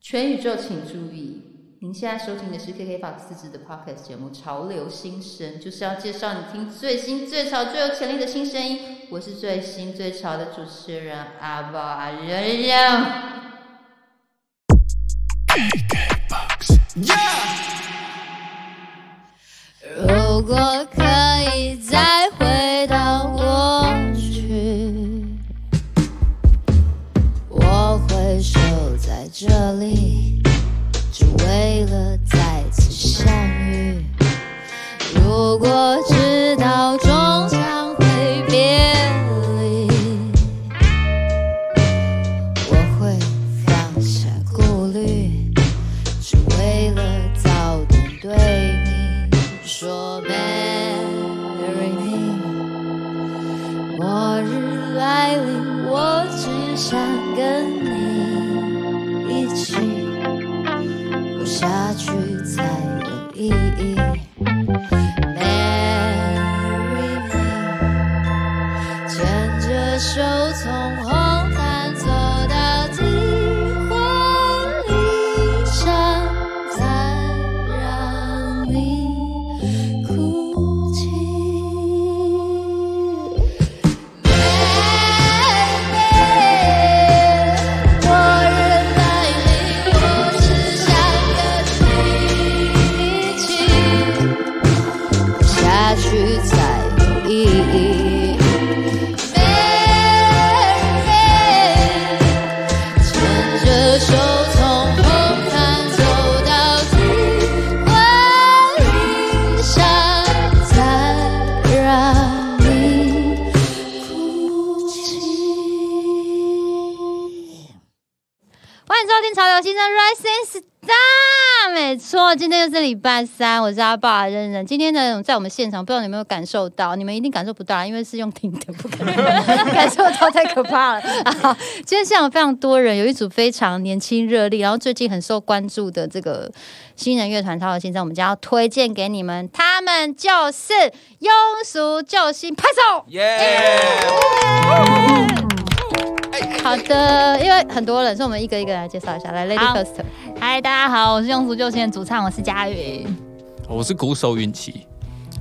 全宇宙请注意，您现在收听的是 KK Box 自制的 Podcast 节目《潮流新声》，就是要介绍你听最新、最潮、最有潜力的新声音。我是最新最潮的主持人阿宝阿仁仁。如果可以再回到过去，我会守在这里，只为了再次相遇。如果知道终将会别离，我会放下顾虑。只为了早点对你说 marry me。末日来临，我只想跟你一起，活下去才有意义。marry me，牵着手从红毯走到金婚礼上，再让你哭泣。Baby，末日来临，我只想跟你一起，下去才有意义。Mary，牵着手从红毯走到金婚礼上，再让你哭泣。欢迎收听《潮流新生 Rising Star》。没错，今天又是礼拜三，我是阿爸认认。今天呢，在我们现场，不知道你们有没有感受到？你们一定感受不到，因为是用听的，不可能 感受到，太可怕了。好，今天现场非常多人，有一组非常年轻热力，然后最近很受关注的这个新人乐团《潮流新生》，我们将要推荐给你们，他们就是庸俗救星，拍手。耶！好的，因为很多人，所以我们一个一个来介绍一下。来，Lady 好 First。嗨，大家好，我是庸俗救星的主唱，我是佳云。我是鼓手允琪，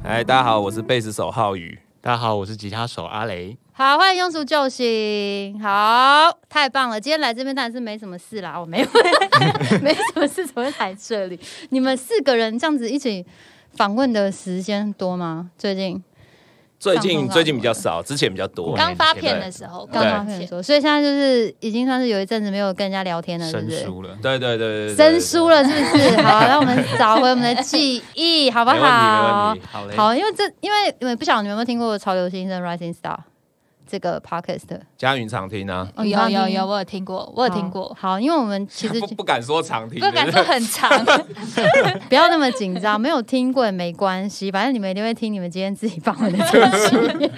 哎，大家好，我是贝斯手浩宇。大家好，我是吉他手阿雷。好，欢迎庸俗救星。好，太棒了！今天来这边当然是没什么事啦，我没有， 没什么事，怎么会来这里？你们四个人这样子一起访问的时间多吗？最近最上通近告最近比较少，之前比较多。刚发片的时候，刚对发片的时候，所以现在就是已经算是有一阵子没有跟人家聊天了，是生不是？疏了，对对对对，对生疏。了是不 是？好，让我们找回我们的记忆，好不对没好？问题，没问题。好嘞，好，因为这因为因为不晓得你们有没有听过《潮流新生 Rising Star》这个 podcast？佳云常听啊，哦你有刚有刚有，我有听过，我有听过，哦好，好因为我们其实不不敢说常听，不敢说很 长。不要那么紧张，没有听过也没关 系，反正你们一定会听你们今天自己访问的东西。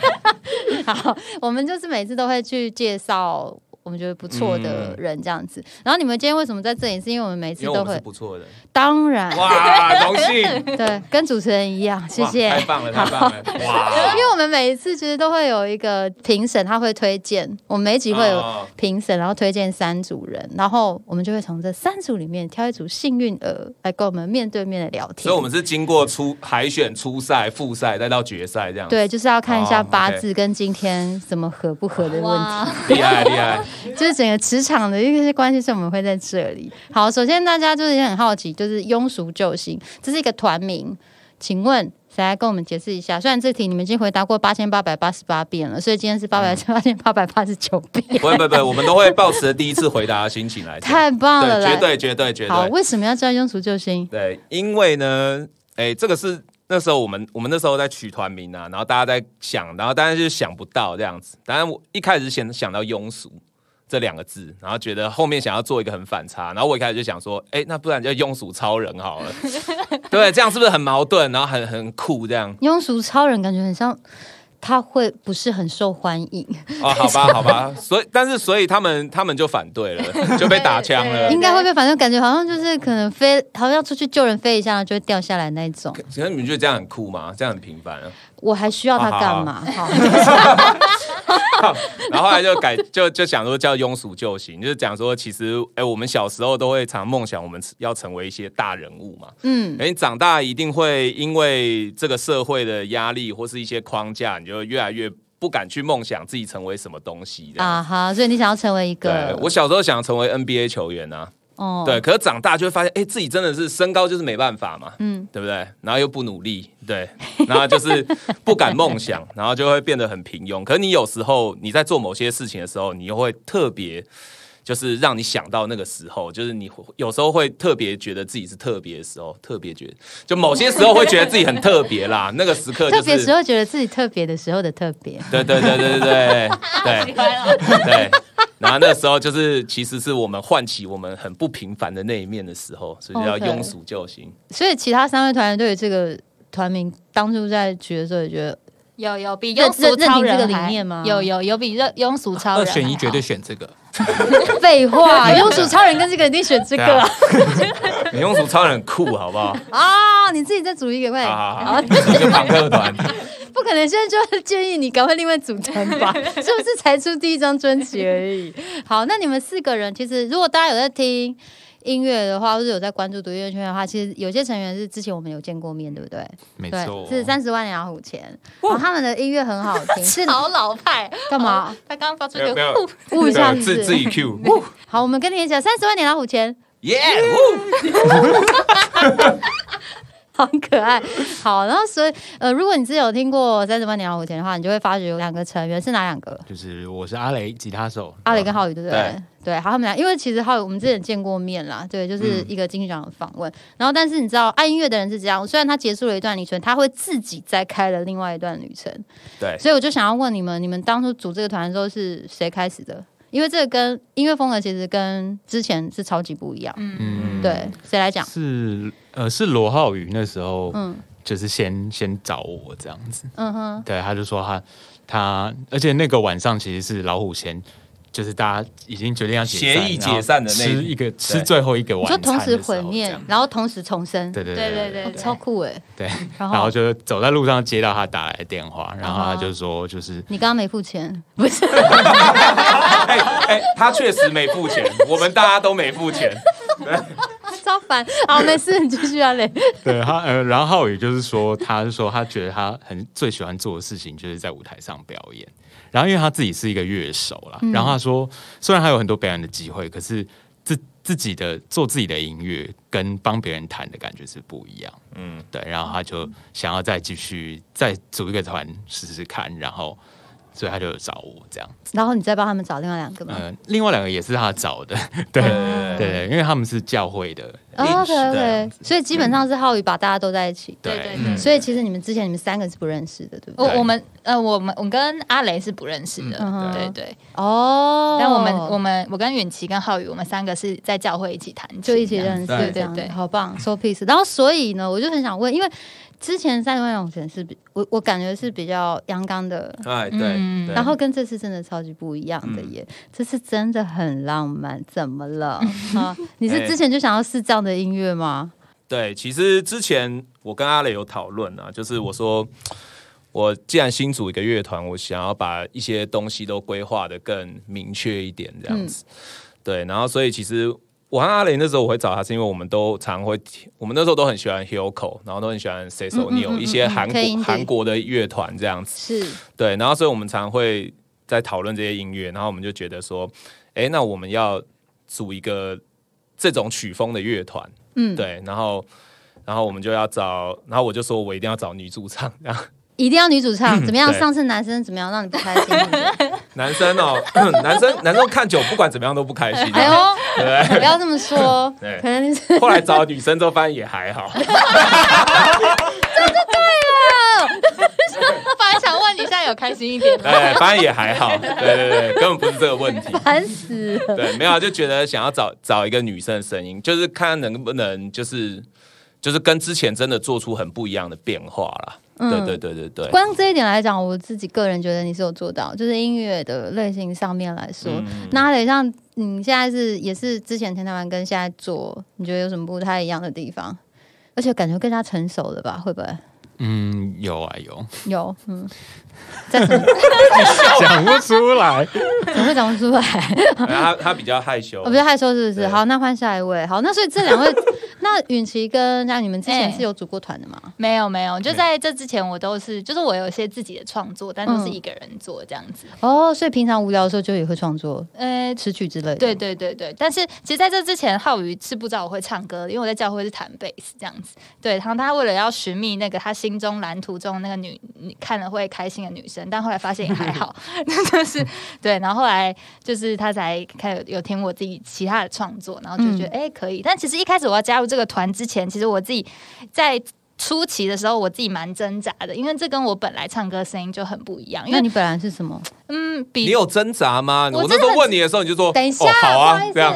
好，我们就是每次都会去介绍我们觉得不错的人这样子。然后你们今天为什么在这里？是因为我们每次嗯因为都我们会是，不错的。当然哇，荣幸，对，跟主持人一样， 谢哇哎谢。太 棒了，太棒了，因哇！为我们每一次其实都会有一个评审，他会推荐，我们每一集会有哦评审，然后推荐三组人，然后我们就会从这三组里面挑一组幸运儿来跟我们面对面的聊天。所以我们是经过初海选、初赛、复赛，再到决赛这样。，对，就是要看一下哦八 OK 字跟今天怎么合不合的问题， 哇，厉害厉害。就是整个职场的一些关系，所以我们会在这里。好，首先大家就是也很好奇，就是庸俗救星，这是一个团名，请问谁来跟我们解释一下？虽然这题你们已经回答过八千八百八十八遍了，所以今天是八百八千八百八十九遍，嗯不不不，我们都会抱持第一次回答的心情来讲。太棒了，对，啊来绝对绝对绝好，对。为什么要叫庸俗救星？对，因为呢，哎，这个是那时候我们我们那时候在取团名啊，然后大家在想，然后当然就想不到这样子。当然我一开始先想到庸俗这两个字，然后觉得后面想要做一个很反差，然后我一开始就想说，哎，那不然叫庸俗超人好 了。对，这样是不是很矛盾？然后很很酷这样。庸俗超人感觉很像，他会不是很受欢迎，哦，好 吧，好吧。所以但是所以他们他们就反对了，就被打枪了对应。该会被反正感觉好像就是可能飞，好像出去救人飞一下就会掉下来那一种。可是你们觉得这样很酷吗？这样很平凡啊？我还需要他干嘛？好，然后后来就改，就就想说叫庸俗救星，就是讲说其实，哎、我们小时候都会常梦想我们要成为一些大人物嘛，嗯，哎、你长大一定会因为这个社会的压力或是一些框架，你就越来越不敢去梦想自己成为什么东西这样 啊哈，所以你想要成为一对个，我小时候想成为 NBA 球员啊，哦对，，可是长大就会发现，哎、自己真的是身高就是没办法嘛，嗯，对不对？然后又不努力，对，然后就是不敢梦想， 然后就会变得很平庸。可是你有时候你在做某些事情的时候，你又会特别，就是让你想到那个时候，就是你会有时候会特别觉得自己是特别的时候，特别觉得，就某些时候会觉得自己很特别 啦。那个时刻就特别时是，候觉得自己特别的时候的特别，对对对对对 对哎对 对。然后那时候就是，其实是我们唤起我们很不平凡的那一面的时候，所以叫 OK 庸俗救星。所以其他三位团员对于这个团名当初在取的时候也觉得有有比认庸俗超人认定这个还理念吗有有有比庸庸俗超二人选一还好绝对选这个，废 话，庸俗超人跟这个一定选这个啊！你庸俗超人很酷，好 不好？啊，你自己再组一个快点，好好好好，就朋克团。 不可能现在就建议你赶快另外组团 吧，是不是才出第一张专辑而已？好，那你们四个人其实如果大家有在听音乐的话，或者有在关注独立音乐圈的话，其实有些成员是之前我们有见过面，对不对？没对，错，是三十万年老虎钳，然后他们的音乐很好 听，是好老派，干嘛他刚刚发出没一有没有个酷悟一下是不自自是？己 Q，好，我们跟你一起来，三十万年老虎钳。耶！ 好可爱。好，然后所以呃，如果你是有听过《三十万年老虎钳》的话，你就会发觉有两个成员是哪两个？就是我是阿雷吉他手，阿雷跟浩宇，对不对？对对，好，他们俩，因为其实浩宇我们之前见过面啦，对，嗯就是一个金曲奖的访问。然后，但是你知道，爱音乐的人是这样，虽然他结束了一段旅程，他会自己再开了另外一段旅程。 对，所以我就想要问你们，你们当初组这个团的时候是谁开始的？因为这个跟音乐风格其实跟之前是超级不一样。嗯，对，谁来讲？是呃是罗浩宇那时候嗯就是先先找我这样子，嗯哼，对，他就说他他，而且那个晚上其实是老虎先。就是大家已经决定要解散协议解散的那然后吃一个吃最后一个你晚说餐同时的时候毁灭这样，然后同时重生。对对对对对对哦超酷哎！对，然然后啊后就走在路上接到他打来的电话，然后他就说就是你刚刚没付钱，不是？ 哎哎，他确实没付钱，我们大家都没付钱。超烦。好，没事，你继续啊，磊。 对他呃，然后浩宇就是说，他是说他觉得他很最喜欢做的事情就是在舞台上表演。然后因为他自己是一个乐手啦，嗯然后他说虽然他有很多表演的机会，可是自自己的做自己的音乐跟帮别人弹的感觉是不一样。嗯嗯，对，然后他就想要再继续再组一个团试试看，然后所以他就找我这样。然后你再帮他们找另外两个嘛。嗯呃，另外两个也是他找的， 对对对，因为他们是教会的领 OK 袖这样 OK，子所以基本上是浩宇把大家都在一起。对对对嗯对。所以其实你们之前你们三个是不认识的，对不我对？我们呃，我们我跟阿雷是不认识的，嗯哼对对。哦，但我们我们我跟允琪跟浩宇，我们三个是在教会一起弹琴这就样，一起认识，对这对样对。好棒，so peace。然后所以呢，我就很想问，因为之前三十万永泉是比我我感觉是比较阳刚的哎，对，嗯对然后跟这次真的超级不一样的耶，这次真的很浪漫，怎么了？啊，你是之前就想要试这样的音乐吗？对，其实之前我跟阿磊有讨论啊，就是我说，我既然新组一个乐团，我想要把一些东西都规划的更明确一点，这样子。对，然后所以其实我和阿磊那时候我会找他，是因为我们都常会听，我们那时候都很喜欢 Hilco，然后都很喜欢 Say So New，、一些韩可以国理解韩国的乐团这样子。是，对，然后所以我们常会在讨论这些音乐，然后我们就觉得说，哎，那我们要组一个这种曲风的乐团，嗯，，对，然后然后我们就要找，然后我就说我一定要找女主唱，这样一定要女主唱，怎么样？对上次男生怎么样让你不开心？男生哦， 男生男生看久不管怎么样都不开心， 哎呦，对不不要这么说，对可能你是对？后来找女生之后发现也还好，我本来想问你现在有开心一 点吗？哎，发现也还好，对对对，根本不是这个问题，烦死了。 对，没有就觉得想要找找一个女生的声音，就是看能不能就是就是跟之前真的做出很不一样的变化啦。嗯对对对对对，光这一点来讲，我自己个人觉得你是有做到，就是音乐的类型上面来说，嗯那得像你现在是也是之前天台湾跟现在做，你觉得有什么不太一样的地方？而且感觉更加成熟了吧？会不会？嗯，有啊有，有，嗯，在怎么讲不出来。怎么会讲不出来？ 然后他他比较害羞我比，较害羞，是不是？对好，那换下一位。好，那所以这两位， 那允琪跟那你们之前哎是有组过团的吗？没有没有，就在这之前我都是，就是我有一些自己的创作，但都是嗯一个人做这样子。哦，所以平常无聊的时候就也会创作呃，词曲之类的。对，对对对，但是其实在这之前，浩宇是不知道我会唱歌的，因为我在教会是弹贝斯这样子。对，然后他为了要寻觅那个他心中蓝图中那个女女看了会开心的女生，但后来发现也还 好，就是对。然后后来就是他才开始有听我自己其他的创作，然后就觉嗯得哎、诶可以。但其实一开始我要加入这个团之前，其实我自己在。初期的时候，我自己蛮挣扎的，因为这跟我本来唱歌声音就很不一样。因那为你本来是什么？嗯，比你有挣扎吗？我我真的那时候很问你的时候，你就说等一下哦，好不啊好意，思这样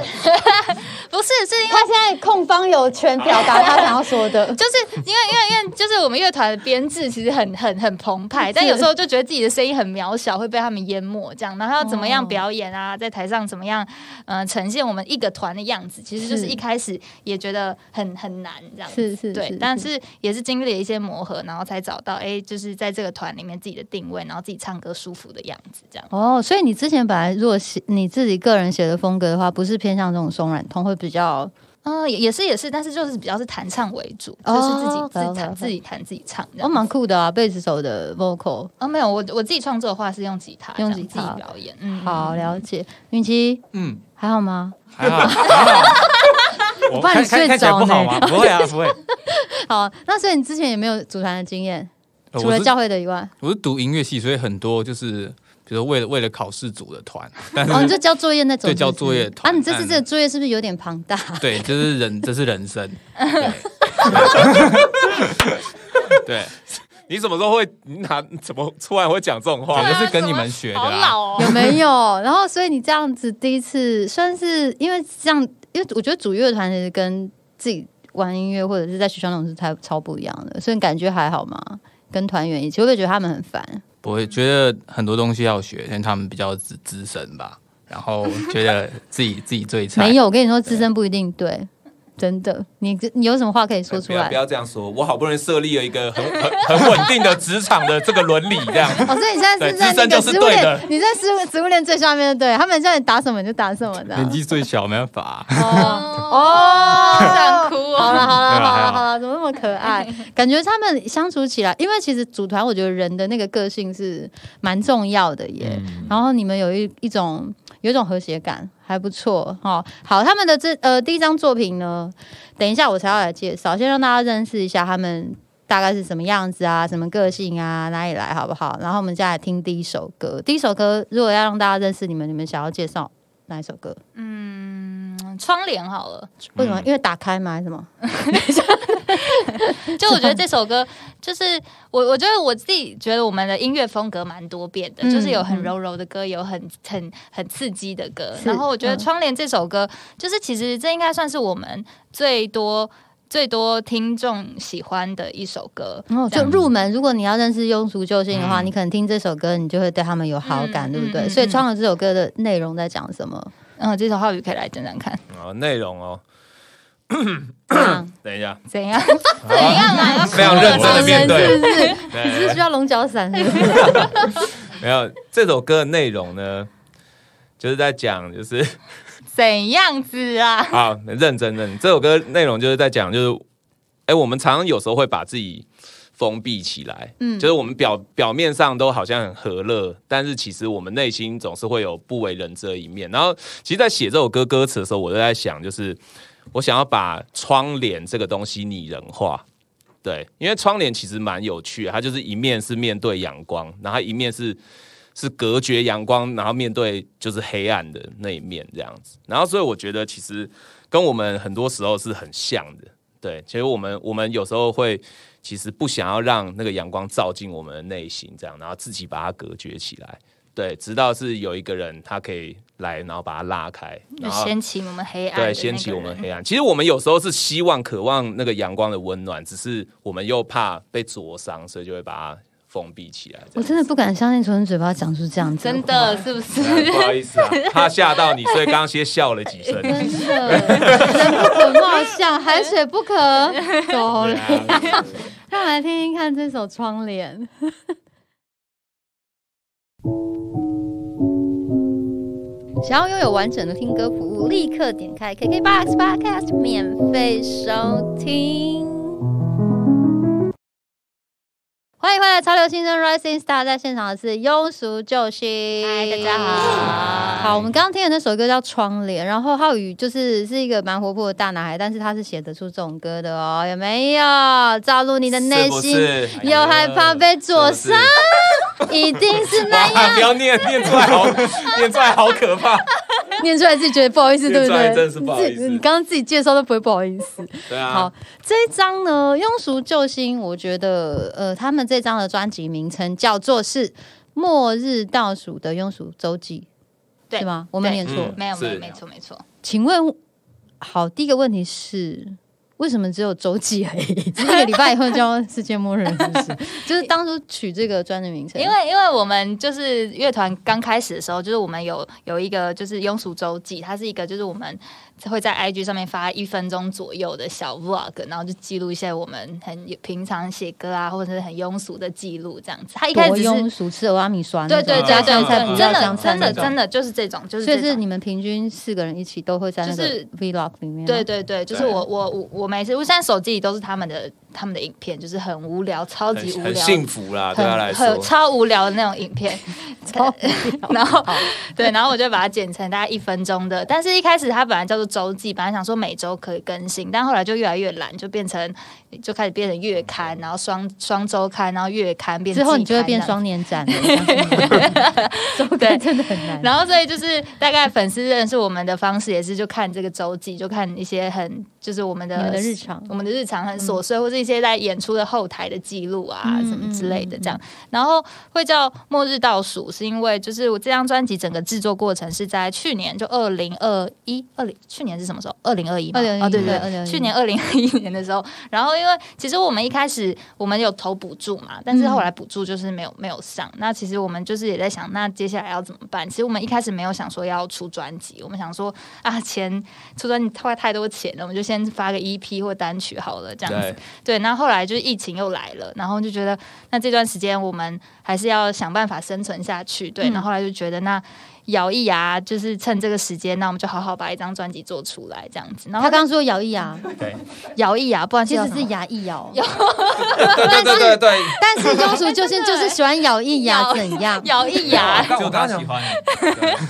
不是是因为。。他现在控方有权表达他 想要说的就是因为因为因为就是我们乐团的编制其实很很很澎湃，但有时候就觉得自己的声音很渺小，会被他们淹没这样。然后要怎么哦样表演啊，在台上怎么样，呃，呈现我们一个团的样子，其实就是是一开始也觉得很很难这样子。是是对，但是也是经历了一些磨合，然后才找到哎、就是在这个团里面自己的定位，然后自己唱歌舒服的样子这样。哦，所以你之前本来如果写你自己个人写的风格的话，不是偏向这种松软通，会比较嗯、也也是也是，但是就是比较是弹唱为主，哦就是自己自己了解弹了解自己弹自己唱这哦样子。蛮酷的啊，贝斯手的 vocal。哦，没有，我我自己创作的话是用吉他，用这样吉他自己表演。嗯，好，了解。允琪嗯，还好吗？还好，还好。我怕看你睡看看起来着不好呢 吗？不会啊，不会。好，那所以你之前也没有组团的经验，呃除我了是教会的以外，我是读音乐系，所以很多就是比如说为了为了考试组的 团，但哦，你是就交作业那种对是不交是，作业啊，团你这次但这个作业是不是有点庞大？对，这是人这是人生，对对， 你什么时候会你哪怎么突然会讲这种话我？就是跟你们学的好啊。老 哦。有没有？然后，所以你这样子第一次算是因为这样，因为我觉得组乐团其实跟自己玩音乐或者是在学校那种是太超不一样的，所以你感觉还好吗？跟团员一起会不会觉得他们很烦？我会觉得很多东西要学，因为他们比较资资深吧，然后觉得自己 自己最菜。没有，我跟你说，资深不一定对，真的。你你有什么话可以说出不要来不？要这样说，我好不容易设立了一个很 很很稳定的职场的这个伦理，这样哦，所以你现在是对在资深那个就是食物对的链，你在食物食物链最下面，对他们叫你打什么你就打什么的啊年。纪最小，没办法啊、哦，想哭哦 好了好了对啊好还了好好了，怎么那么可爱？ 感觉他们相处起来，因为其实组团，我觉得人的那个个性是蛮重要的耶。嗯然后你们有一一种有一种和谐感，还不错哦。好，他们的这呃第一张作品呢，等一下我才要来介绍，先让大家认识一下他们。大概是什么样子啊？什么个性啊？哪里来好不好？然后我们再来听第一首歌。第一首歌，如果要让大家认识你们，你们想要介绍哪一首歌？嗯窗帘好了，为什嗯么？因为打开吗？还是什么？就我觉得这首歌就是我，我觉得我自己觉得我们的音乐风格蛮多变的，嗯就是有很柔柔的歌，有很很很刺激的歌。是然后我觉得嗯《窗帘》这首歌，就是其实这应该算是我们最多最多听众喜欢的一首歌。然后这就样入门，如果你要认识庸俗救星的话，你可能听这首歌，你就会对他们有好感，嗯对不对？嗯嗯所以嗯《窗了》这首歌的内容在讲什么？嗯，这首浩宇可以来讲 讲看，啊内容哦。这样 等一下，怎样？怎样啊？非常认真的面是对。不是？对你对是对需要龙角散是不是？没有这首歌的内容呢，就是在讲，就是 怎样子啊？好认真认真。这首歌内容就是在讲，就是哎，我们常常有时候会把自己封闭起来，嗯，就是我们表表面上都好像很和乐，但是其实我们内心总是会有不为人知的一面。然后，其实，在写这首歌歌词的时候，我就在想，就是我想要把窗帘这个东西拟人化。对，因为窗帘其实蛮有趣的，它就是一面是面对阳光，然后一面是是隔绝阳光，然后面对就是黑暗的那一面这样子。然后，所以我觉得其实跟我们很多时候是很像的。对，其实我们我们有时候会其实不想要让那个阳光照进我们的内心，这样，然后自己把它隔绝起来。对，直到是有一个人他可以来，然后把它拉开，然后掀起我们黑暗，对，掀起我们黑暗。其实我们有时候是希望、渴望那个阳光的温暖，只是我们又怕被灼伤，所以就会把它封闭起来。这我样真的不敢相信纯纯嘴巴讲出这样子，真 的是不哎是？不好意思啊，怕吓到你，所以刚刚先笑了几声。真的，人不可貌相，海水不可斗量。让我来听听看这首《窗帘》。想要拥有完整的听歌服务，立刻点开 KKBOX Podcast 免费收听。欢迎回来，潮流新生 Rising Star，在现场的是庸俗救星。嗨，大家好。好，我们刚刚听的那首歌叫《窗帘》，然后浩宇就是是一个蛮活泼的大男孩，但是他是写得出这种歌的哦，有没有？照入你的内心，是不是又害怕被灼是不伤，啊一定是那样。哇，不要念念出来好，念出来好可怕。念出来自己觉得不好意思，对念不出来对？真是不好意思你自己你刚刚自己介绍都不会不好意思。 对啊，好，这一张呢，庸俗救星，我觉得呃，他们这张的专辑名称叫做是《末日倒数的庸俗周记》，对是吗？我没念错。嗯 没有没是有没错没错，请问，好，第一个问题是。为什么只有周记而已？这个礼拜以后就要世界末日，是不是？就是当初取这个专辑名称，因为因为我们就是乐团刚开始的时候，就是我们有有一个就是庸俗周记，它是一个就是我们会在 IG 上面发一分钟左右的小 vlog，然后就记录一些我们很平常写歌啊，或者是很庸俗的记录这样子。它一开多始庸是俗吃欧米酸那种，对对对加对香菜对，不真加的香菜真那的种，真的就是这种，就是所以这是种你们平均四个人一起都会在那就个是 vlog 里面吗，对对对，就是对我我我我每次，我现在手机里都是他们的他们的影片，就是很无聊，超级很无很聊，幸福啦，对他来很很说。超无聊的那种影 片，超 然后对，然后我就把它剪成大概一分钟的。但是一开始它本来叫做周记，本来想说每周可以更新，但后来就越来越懒，就变成就开始变成月刊，然后双双周刊，然后月刊变之后你就会季刊变这样双年展 了，我相信周对更真的很难。然后所以就是大概粉丝认识我们的方式也是就看这个周记，就看一些很就是我们的你们的日常我们的日常很琐碎，或是一些在演出的后台的记录啊嗯什么之类的这样。然后会叫末日倒数，是因为就是我这张专辑整个制作过程是在去年就二零二一二零去年是什么时候？二零二一2021哦对对2021对，去年二零二一年的时候，然后因为其实我们一开始我们有投补助嘛，但是后来补助就是没有没有上。那其实我们就是也在想，那接下来要怎么办？其实我们一开始没有想说要出专辑，我们想说啊，钱出专辑花太多钱了，我们就先发个 EP 或单曲好了，这样子对。，对，那后来就是疫情又来了，然后就觉得那这段时间我们还是要想办法生存下去。对，嗯然后后来就觉得那咬一牙，就是趁这个时间，那我们就好好把一张专辑做出来，这样子。然他后刚刚说摇一啊摇，啊咬一牙，不哦然其实叫什是么牙一摇，对对对对对， 但是庸俗 就是就是喜欢咬一牙，咬怎样？咬一啊 牙，但就我他刚喜想欢你，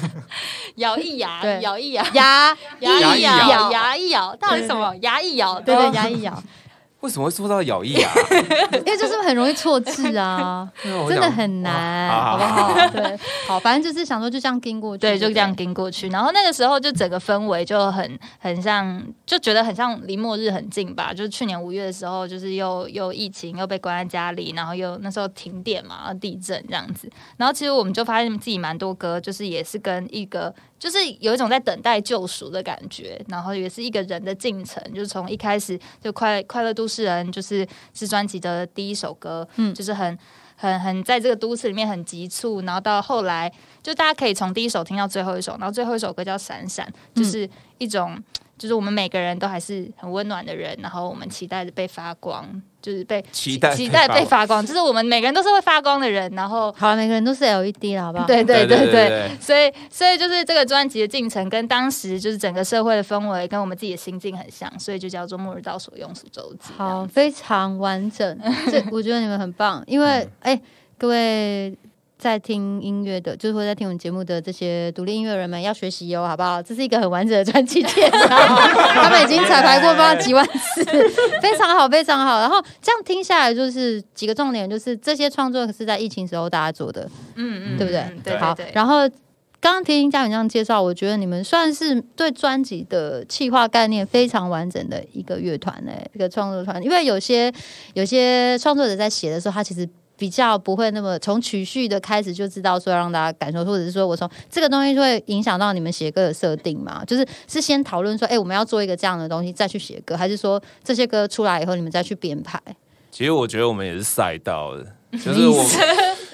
咬一牙对，咬一牙，牙牙一一咬咬，牙一咬，到底什么？牙一咬，对对哦牙一摇，为什么会说到咬啊一 牙？因为就是很容易错字啊，哎真的很难，好好不好好好？对，好，反正就是想说就这样跟过去，对，就这样跟过去。然后那个时候就整个氛围就很很像，就觉得很像离末日很近吧。就是去年五月的时候，就是又又疫情，又被关在家里，然后又那时候停电嘛，然后地震这样子。然后其实我们就发现自己蛮多歌，就是也是跟一个，就是有一种在等待救赎的感觉，然后也是一个人的进程，就是从一开始就快快乐都市人，就是是专辑的第一首歌，嗯嗯，就是很很很在这个都市里面很急促，然后到后来就大家可以从第一首听到最后一首，然后最后一首歌叫《闪闪》，嗯就是一种。就是我们每个人都还是很温暖的人，然后我们期待着被发光，就是被期待期待被发光，就是我们每个人都是会发光的人，然后好了，每个人都是 LED 了，好不好？对对对对对对对，所以所以就是这个专辑的进程跟当时就是整个社会的氛围跟我们自己的心境很像，所以就叫做末日倒数庸俗周记。好，非常完整。这我觉得你们很棒，因为哎、各位在听音乐的，就是会在听我们节目的这些独立音乐人们，要学习哦，好不好？这是一个很完整的专辑介绍，他们已经彩排过不知道几万次，非常好，非常好。然后这样听下来，就是几个重点，就是这些创作是在疫情时候大家做的，嗯嗯，对不对？嗯对好对，对。然后刚刚听嘉颖这样介绍，我觉得你们算是对专辑的企划概念非常完整的一个乐团嘞、一个创作团。因为有些有些创作者在写的时候，他其实。比较不会那么从曲序的开始就知道说要让大家感受，或者是说我从这个东西会影响到你们写歌的设定嘛？就是是先讨论说，哎、我们要做一个这样的东西再去写歌，还是说这些歌出来以后你们再去编排？其实我觉得我们也是赛道 的，就是我，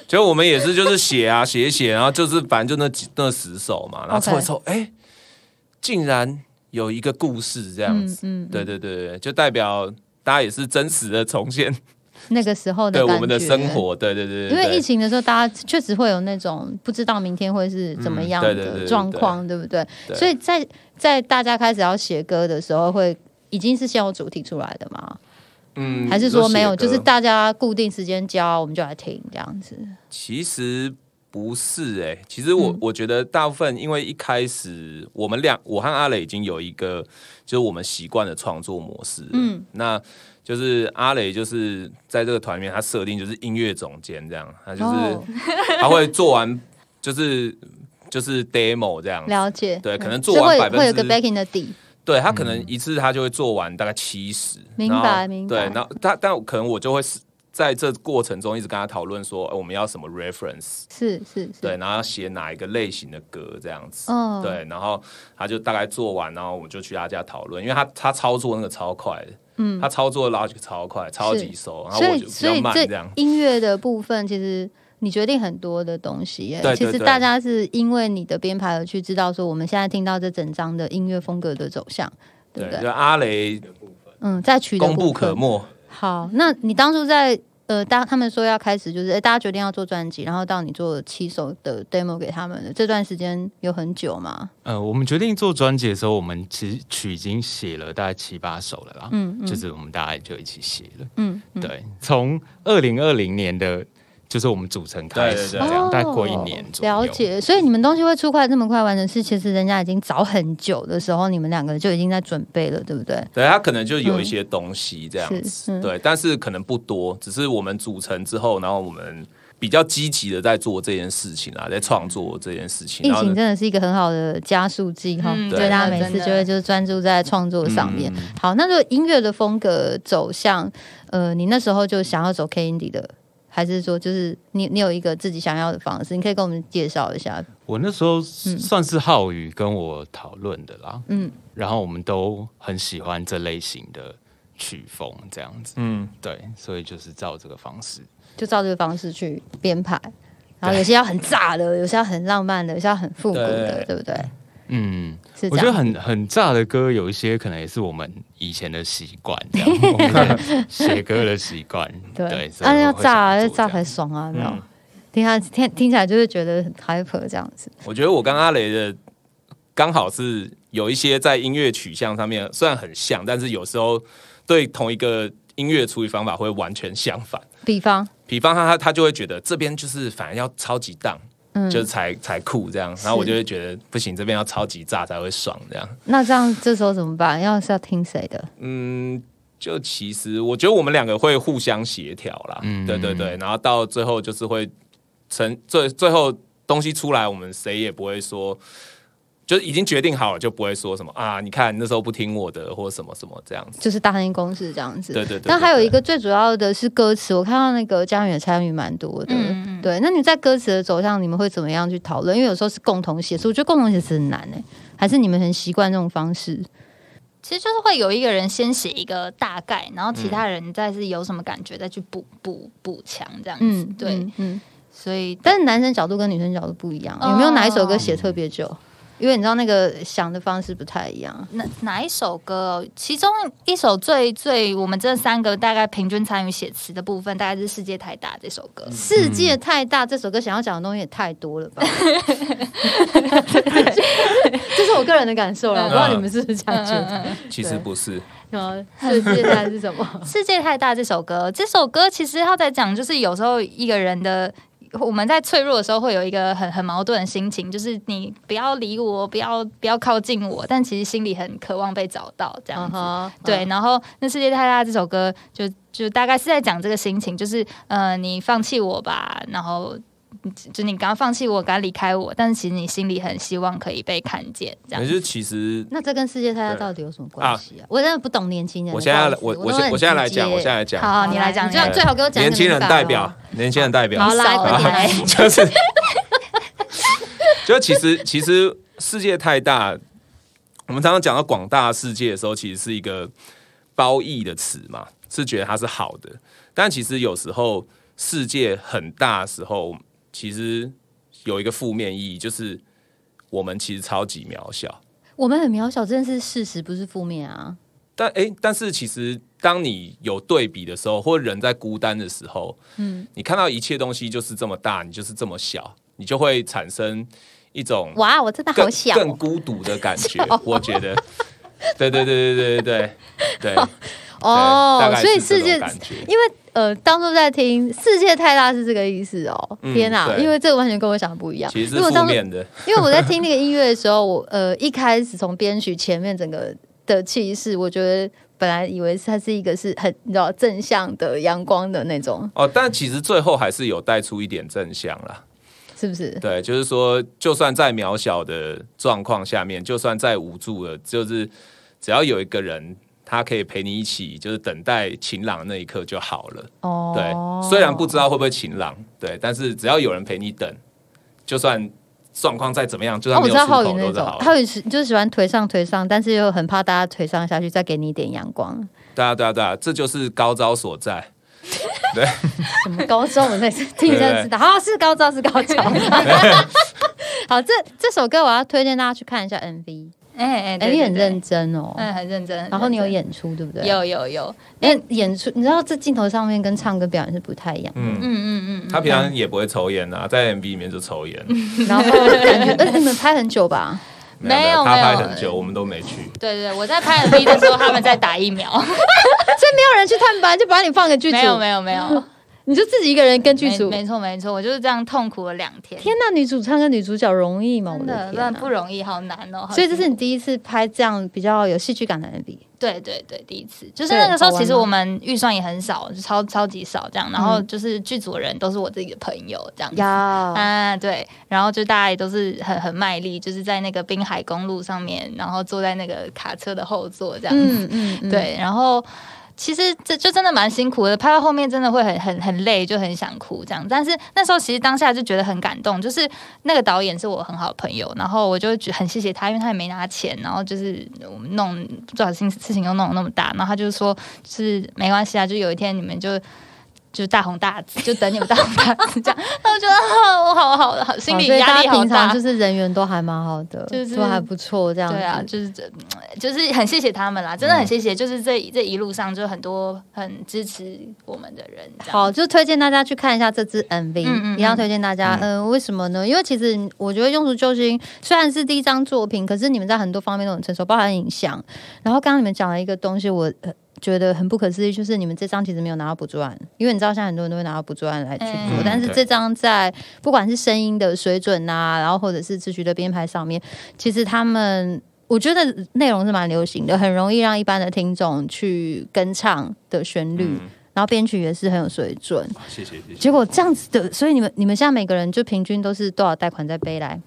就我们也是就是写啊写一写，然后就是反正就那几那十首嘛，然后 OK 凑一凑，哎、竟然有一个故事这样子，嗯嗯嗯对对对对，就代表大家也是真实的重现那个时候的对感觉，我们的生。活，对对对，对因为对疫情的时候，大家确实会有那种不知道明天会是怎么样嗯对对对的对状况，对不对？对所以在在大家开始要写歌的时候，会已经是先有主题出来的吗？嗯还是说没有？你写就歌是大家固定时间交，我们就来听这样子。其实不是哎、其实嗯我、我觉得大部分因为一开始我们俩，我和阿磊已经有一个就是我们习惯的创作模式，嗯，那就是阿磊就是在这个团里面，他设定就是音乐总监这样，他就是、哦他会做完 就是就是 demo 这样子，了解，对可能嗯做所完以百会分会有个之 backing 的底，对他可能一次他就会做完大概七十，明白然后明对白，然后他但可能我就会是在这过程中一直跟他讨论说、呃我们要什么 reference，是是是，对，然后要写哪一个类型的歌这样子，嗯对，然后他就大概做完，然后我们就去他家讨论，因为他他操作那个超快的，嗯，他操作 logic 超快，超级熟，然后所我以就比所较以慢这样这。音乐的部分其实。你决定很多的东西耶，对对其实对大家是因为你的编排而去知道说我们现在听到这整张的音乐风格的走向，对不对？就阿雷嗯，在曲的功不部分可。没。好，那你当初在呃，大他们说要开始就是，哎、大家决定要做专辑，然后到你做七首的 demo 给他们的这段时间有很久吗？呃，我们决定做专辑的时候，我们其实曲已经写了大概七八首了啦，嗯就是我们大家就一起写了，嗯，嗯对，从二零二零年的，就是我们组成开始这对对对样，哦大概过一年左右，了解，所以你们东西会出快这么快完成，是其实人家已经早很久的时候，你们两个就已经在准备了，对不对？对他可能就有一些东西这样嗯子，是嗯对，但是可能不多，只是我们组成之后，然后我们比较积极的在做这件事情啊，在创作这件事情。疫然后情呢真的是一个很好的加速剂哈，嗯所对以大家每真次的就会就是专注在创作上面。嗯好，那就音乐的风格走向，呃，你那时候就想要走 K indie 的，还是说就是你你有一个自己想要的方式？你可以跟我们介绍一下。我那时候嗯算是浩宇跟我讨论的啦，嗯，然后我们都很喜欢这类型的曲风，这样子，嗯，对，所以就是照这个方式，就照这个方式去编排，然后有些要很炸的，有些要很浪漫的，有些要很复古的，对不对？嗯，是这我觉得样。很很炸的歌，有一些可能也是我们以前的习惯，这样我们的写歌的习惯，对对，，所以啊，我要会炸啊，想嗯要做这炸样才爽啊，有没有？听他听听起来就是觉得很 hyper 这样子，我觉得我跟阿雷的刚好是有一些在音乐取向上面虽然很像，但是有时候对同一个音乐处理方法会完全相反。比方比方他他他就会觉得这边就是反而要超级荡，就是才才酷这样，然后我就会觉得不行，这边要超级炸才会爽这样。那这样这时候怎么办？要是要听谁的？嗯，就其实我觉得我们两个会互相协调啦，对对对，然后到最后就是会成最最后东西出来，我们谁也不会说，就已经决定好了，就不会说什么啊，你看那时候不听我的或什么什么这样子。就是大汉公式这样子。对对对对但还有一个最主要的是歌词，我看到那个嘉远也参与蛮多的。对，那你在歌词的走向，你们会怎么样去讨论？因为有时候是共同写词，我觉得共同写词很难哎、还是你们很习惯这种方式？其实就是会有一个人先写一个大概，然后其他人再是有什么感觉再去补补补强这样子。嗯，对，嗯嗯。所以但是男生角度跟女生角度不一样，哦有没有哪一首歌写特别久？因为你知道那个想的方式不太一样。哪哪一首歌哦？其中一首最最我们这三个大概平均参与写词的部分，大概是《世界太大》这首歌。世界嗯太大，这首歌想要讲的东西也太多 了吧？这是我个人的感受嗯了，我不知道你们是不是这样觉得？其实不是，什么世界大 是什嗯么？世界太大这首歌，这首歌其实要在讲，就是有时候一个人的。我们在脆弱的时候会有一个很很矛盾的心情，就是你不要理我，不要不要靠近我，但其实心里很渴望被找到这样子。哈对，嗯然后《那世界太大》这首歌就就大概是在讲这个心情，就是呃，你放弃我吧，然后嗯就你刚刚放弃我，刚离开我，但是其实你心里很希望可以被看见，这可样。是其实那这跟世界太大到底有什么关系啊？我真的不懂年轻人。我现在来不好我意思我现我现在来讲，我现在在来讲，哎好，你来讲，你最好最好给我讲一年个轻人明白代哦表，年轻人代表，啊好来，少快点来， 就是，就其实其实世界太大，我们常常讲到广大世界的时候，其实是一个褒义的词嘛，是觉得它是好的。但其实有时候世界很大的时候，其实有一个负面意义，就是我们其实超级渺小。我们很渺小，这件事是事实，不是负面啊。但哎、但是其实当你有对比的时候，或者人在孤单的时候，嗯，你看到一切东西就是这么大，你就是这么小，你就会产生一种哇，我真的好更小、更哦，孤独的感 觉。我觉得，对对对对对对对对大哦，概所是以这世种界感觉因为呃，当初在听“世界太大”是这个意思哦。嗯天哪，对因为这个完全跟我想的不一样。其实是因为我负当初，面的，因为我在听那个音乐的时候，我呃一开始从编曲前面整个的气势，我觉得本来以为它是一个是很你知道正向的阳光的那种，哦，但其实最后还是有带出一点正向啦。是不 是？对，就是说，就算再渺小的状况下面，就算再无助了，就是只要有一个人，他可以陪你一起，就是等待晴朗的那一刻就好了。哦，对，虽然不知道会不会晴朗，对，但是只要有人陪你等，就算状况再怎么样，就哦，算我没知有道出浩宇口那都是种好，浩的。宇是就是喜欢颓上颓上，但是又很怕大家颓上下去，再给你一点阳光。对啊，对啊，对啊，这就是高招所在。什 么高中？我在听一下知道，好是高招是高招。好，这这首歌我要推荐大家去看一下 MV，哎哎，哎，对你很，认对对真哦。嗯，很认真。很然后你有认演出对不对？真，有有有，因为演出，你知道这镜头上面跟唱歌表演是不太一样。嗯，嗯嗯嗯他平常也不会抽烟啊，在 MV 里面就抽烟， 然后感觉，而且你们拍很久吧？没有他没有拍很久，我们都没去。对对对，我在拍 MV 的时候，他们在打疫苗，所以没有人去探班，就把你放给 剧组，没有没有没有，你就自己一个人跟剧没组。没错没错，我就是这样痛苦了两天，天呐，女主唱跟女主角容易吗？我真的的天真哪的不容易，好难哦。好所以这辛苦是你第一次拍这样比较有戏剧感的 MV。对对对，第一次就是对那个时候，好玩其实吗我们预算也很少，就超超级少这样。然后嗯就是剧组的人都是我自己的朋友这样子。呀，啊，对，然后就大家也都是很很卖力，就是在那个滨海公路上面，然后坐在那个卡车的后座这样子。嗯嗯嗯，对，然后其实这就真的蛮辛苦的，拍到后面真的会很很很累，就很想哭这样。但是那时候其实当下就觉得很感动，就是那个导演是我很好的朋友，然后我就觉很谢谢他，因为他也没拿钱，然后就是我们弄不小心事情又弄得那么大，然后他就说，就是没关系啊，就有一天你们就。就大红大紫，就等你们大红大紫这样， 那我觉得啊我好好好，心哦理所以压大力家好平常大就。是人缘都还蛮好的，就是都还不错这样子。嗯对啊，就是这，就是很谢谢他们啦，真的很谢谢，就是这这一路上就很多很支持我们的人。这样好，，就推荐大家去看一下这支 MV，嗯嗯一样推荐大家。嗯、为什么呢？因为其实我觉得《庸俗救星》虽然是第一张作品，可是你们在很多方面都很成熟，包含影像。然后刚刚你们讲了一个东西，我、呃、觉得很不可思议，就是你们这张其实没有拿到补助案，因为你知道现在很多人都会拿到补助案来去做，嗯但是对这张在不管是声音的水准呐、然后或者是词曲的编排上面，其实他们。我觉得内容是蛮流行的，很容易让一般的听众去跟唱的旋律，嗯，然后编曲也是很有水准。谢谢谢谢。结果这样子的，所以你们你们现在每个人就平均都是多少贷款在背来？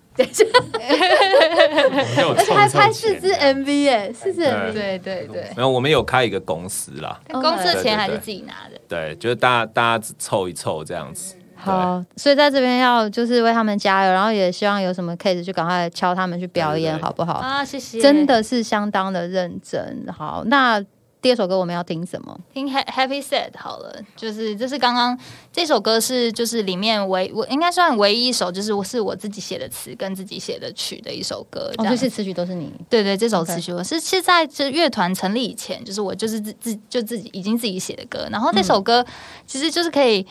而且还拍啊四支 MV 哎，四支对 MV 对对对，然后我们有开一个公司啦，公嗯司的对对钱还是嗯对自己拿的。对，就是大家大家凑一凑这样子。好，所以在这边要就是为他们加油，然后也希望有什么 case 就赶快敲他们去表演，对对对好不好？啊，谢谢！哦真的是相当的认真。好，那第二首歌我们要听什么？听 Ha- Happy Sad 好了，就是这是刚刚这首歌是就是里面唯我应该算唯一一首，就是我是我自己写的词跟自己写的曲的一首歌。这哦，样就子是词曲都是你。对对，这首 OK 词曲我是是在这乐团成立以前，就是我就是自自就自己已经自己写的歌，然后那首歌其实就是可以。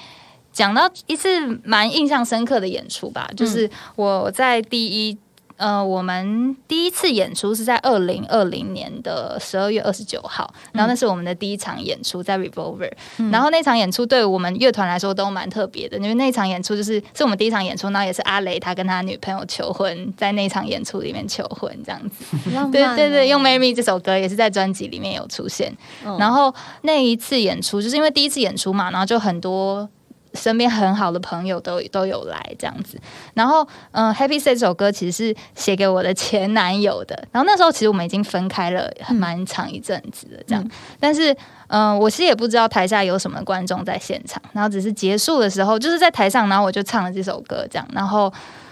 讲到一次蛮印象深刻的演出吧，就是我在第一呃，我们第一次演出是在二零二零年的十二月二十九号，然后那是我们的第一场演出在 Revolver，、然后那场演出对我们乐团来说都蛮特别的，因为那场演出就是是我们第一场演出，然后也是阿雷他跟他女朋友求婚，在那场演出里面求婚这样子。对哦对对，用《Marry Me》这首歌也是在专辑里面有出现。然后那一次演出，就是因为第一次演出嘛，然后就很多身边很好的朋友都都有来这样子。然后，嗯、h a p p y Say》这首歌其实是写给我的前男友的。然后那时候其实我们已经分开了蛮长一阵子了，这样。但是，嗯、我其实也不知道台下有什么观众在现场，然后只是结束的时候，就是在台上，然后我就唱了这首歌这样，然后。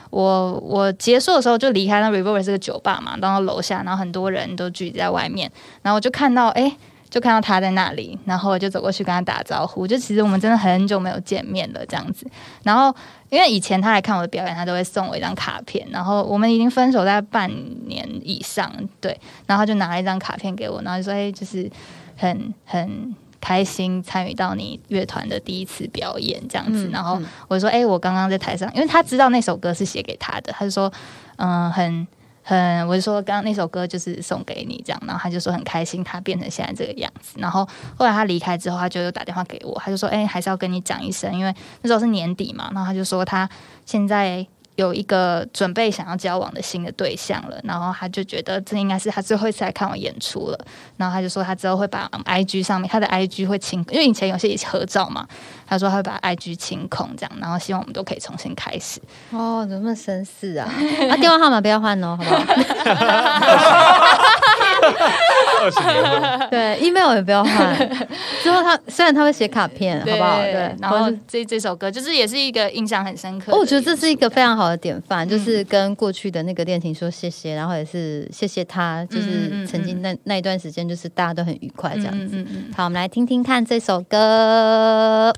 我我结束的时候就离开那 Revolver 是个酒吧嘛，然后楼下，然后很多人都聚集在外面，然后我就看到哎、诶就看到他在那里，然后我就走过去跟他打招呼，就其实我们真的很久没有见面了这样子。然后因为以前他来看我的表演，他都会送我一张卡片，然后我们已经分手在半年以上，对，然后他就拿了一张卡片给我，然后就说：“哎、就是很很。”开心参与到你乐团的第一次表演这样子，然后我说：“哎、我刚刚在台上，因为他知道那首歌是写给他的，他就说，嗯、很很，我就说刚刚那首歌就是送给你这样，然后他就说很开心，他变成现在这个样子。然后后来他离开之后，他就又打电话给我，他就说，哎、还是要跟你讲一声，因为那时候是年底嘛，然后他就说他现在。有一个准备想要交往的新的对象了，然后他就觉得这应该是他最后一次来看我演出了，然后他就说他之后会把 IG 上面他的 IG 会清，因为以前有些合照嘛，他说他会把 IG 清空这样，然后希望我们都可以重新 开始。哦，怎么那么绅士啊？ 啊， 电话号码不要换哦，好不 好？二十 年后，对，email 也不要换。之后他虽然他会写卡片，好不好？对，然后是这这首歌就是也是一个印象很深刻的一哦，个。我觉得这是一个非常好的典范，嗯就是跟过去的那个恋情说谢谢，然后也是谢谢他，就嗯嗯嗯是曾经那那一段时间，就是大家都很愉快这样子。嗯嗯嗯好，我们来听听看这首歌。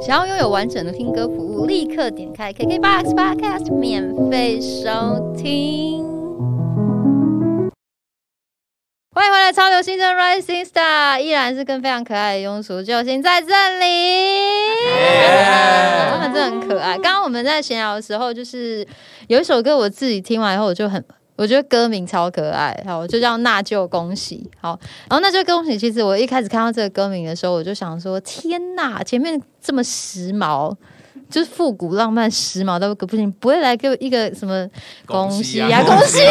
想要拥有完整的听歌服务，立刻点开 KKBOX Podcast 免费收听。欢迎回来，超流新生 Rising Star 依然是跟非常可爱的庸俗救星在这里。他们真的很可爱。刚刚我们在闲聊的时候，就是有一首歌，我自己听完以后，我就很我觉得歌名超可爱，好，就叫《那就恭喜》。好，然后《那就恭喜》，其实我一开始看到这个歌名的时候，我就想说：天呐，前面这么时髦，就是复古浪漫时髦到不行，不会来给我一个什么啊恭喜啊呀、恭 喜你！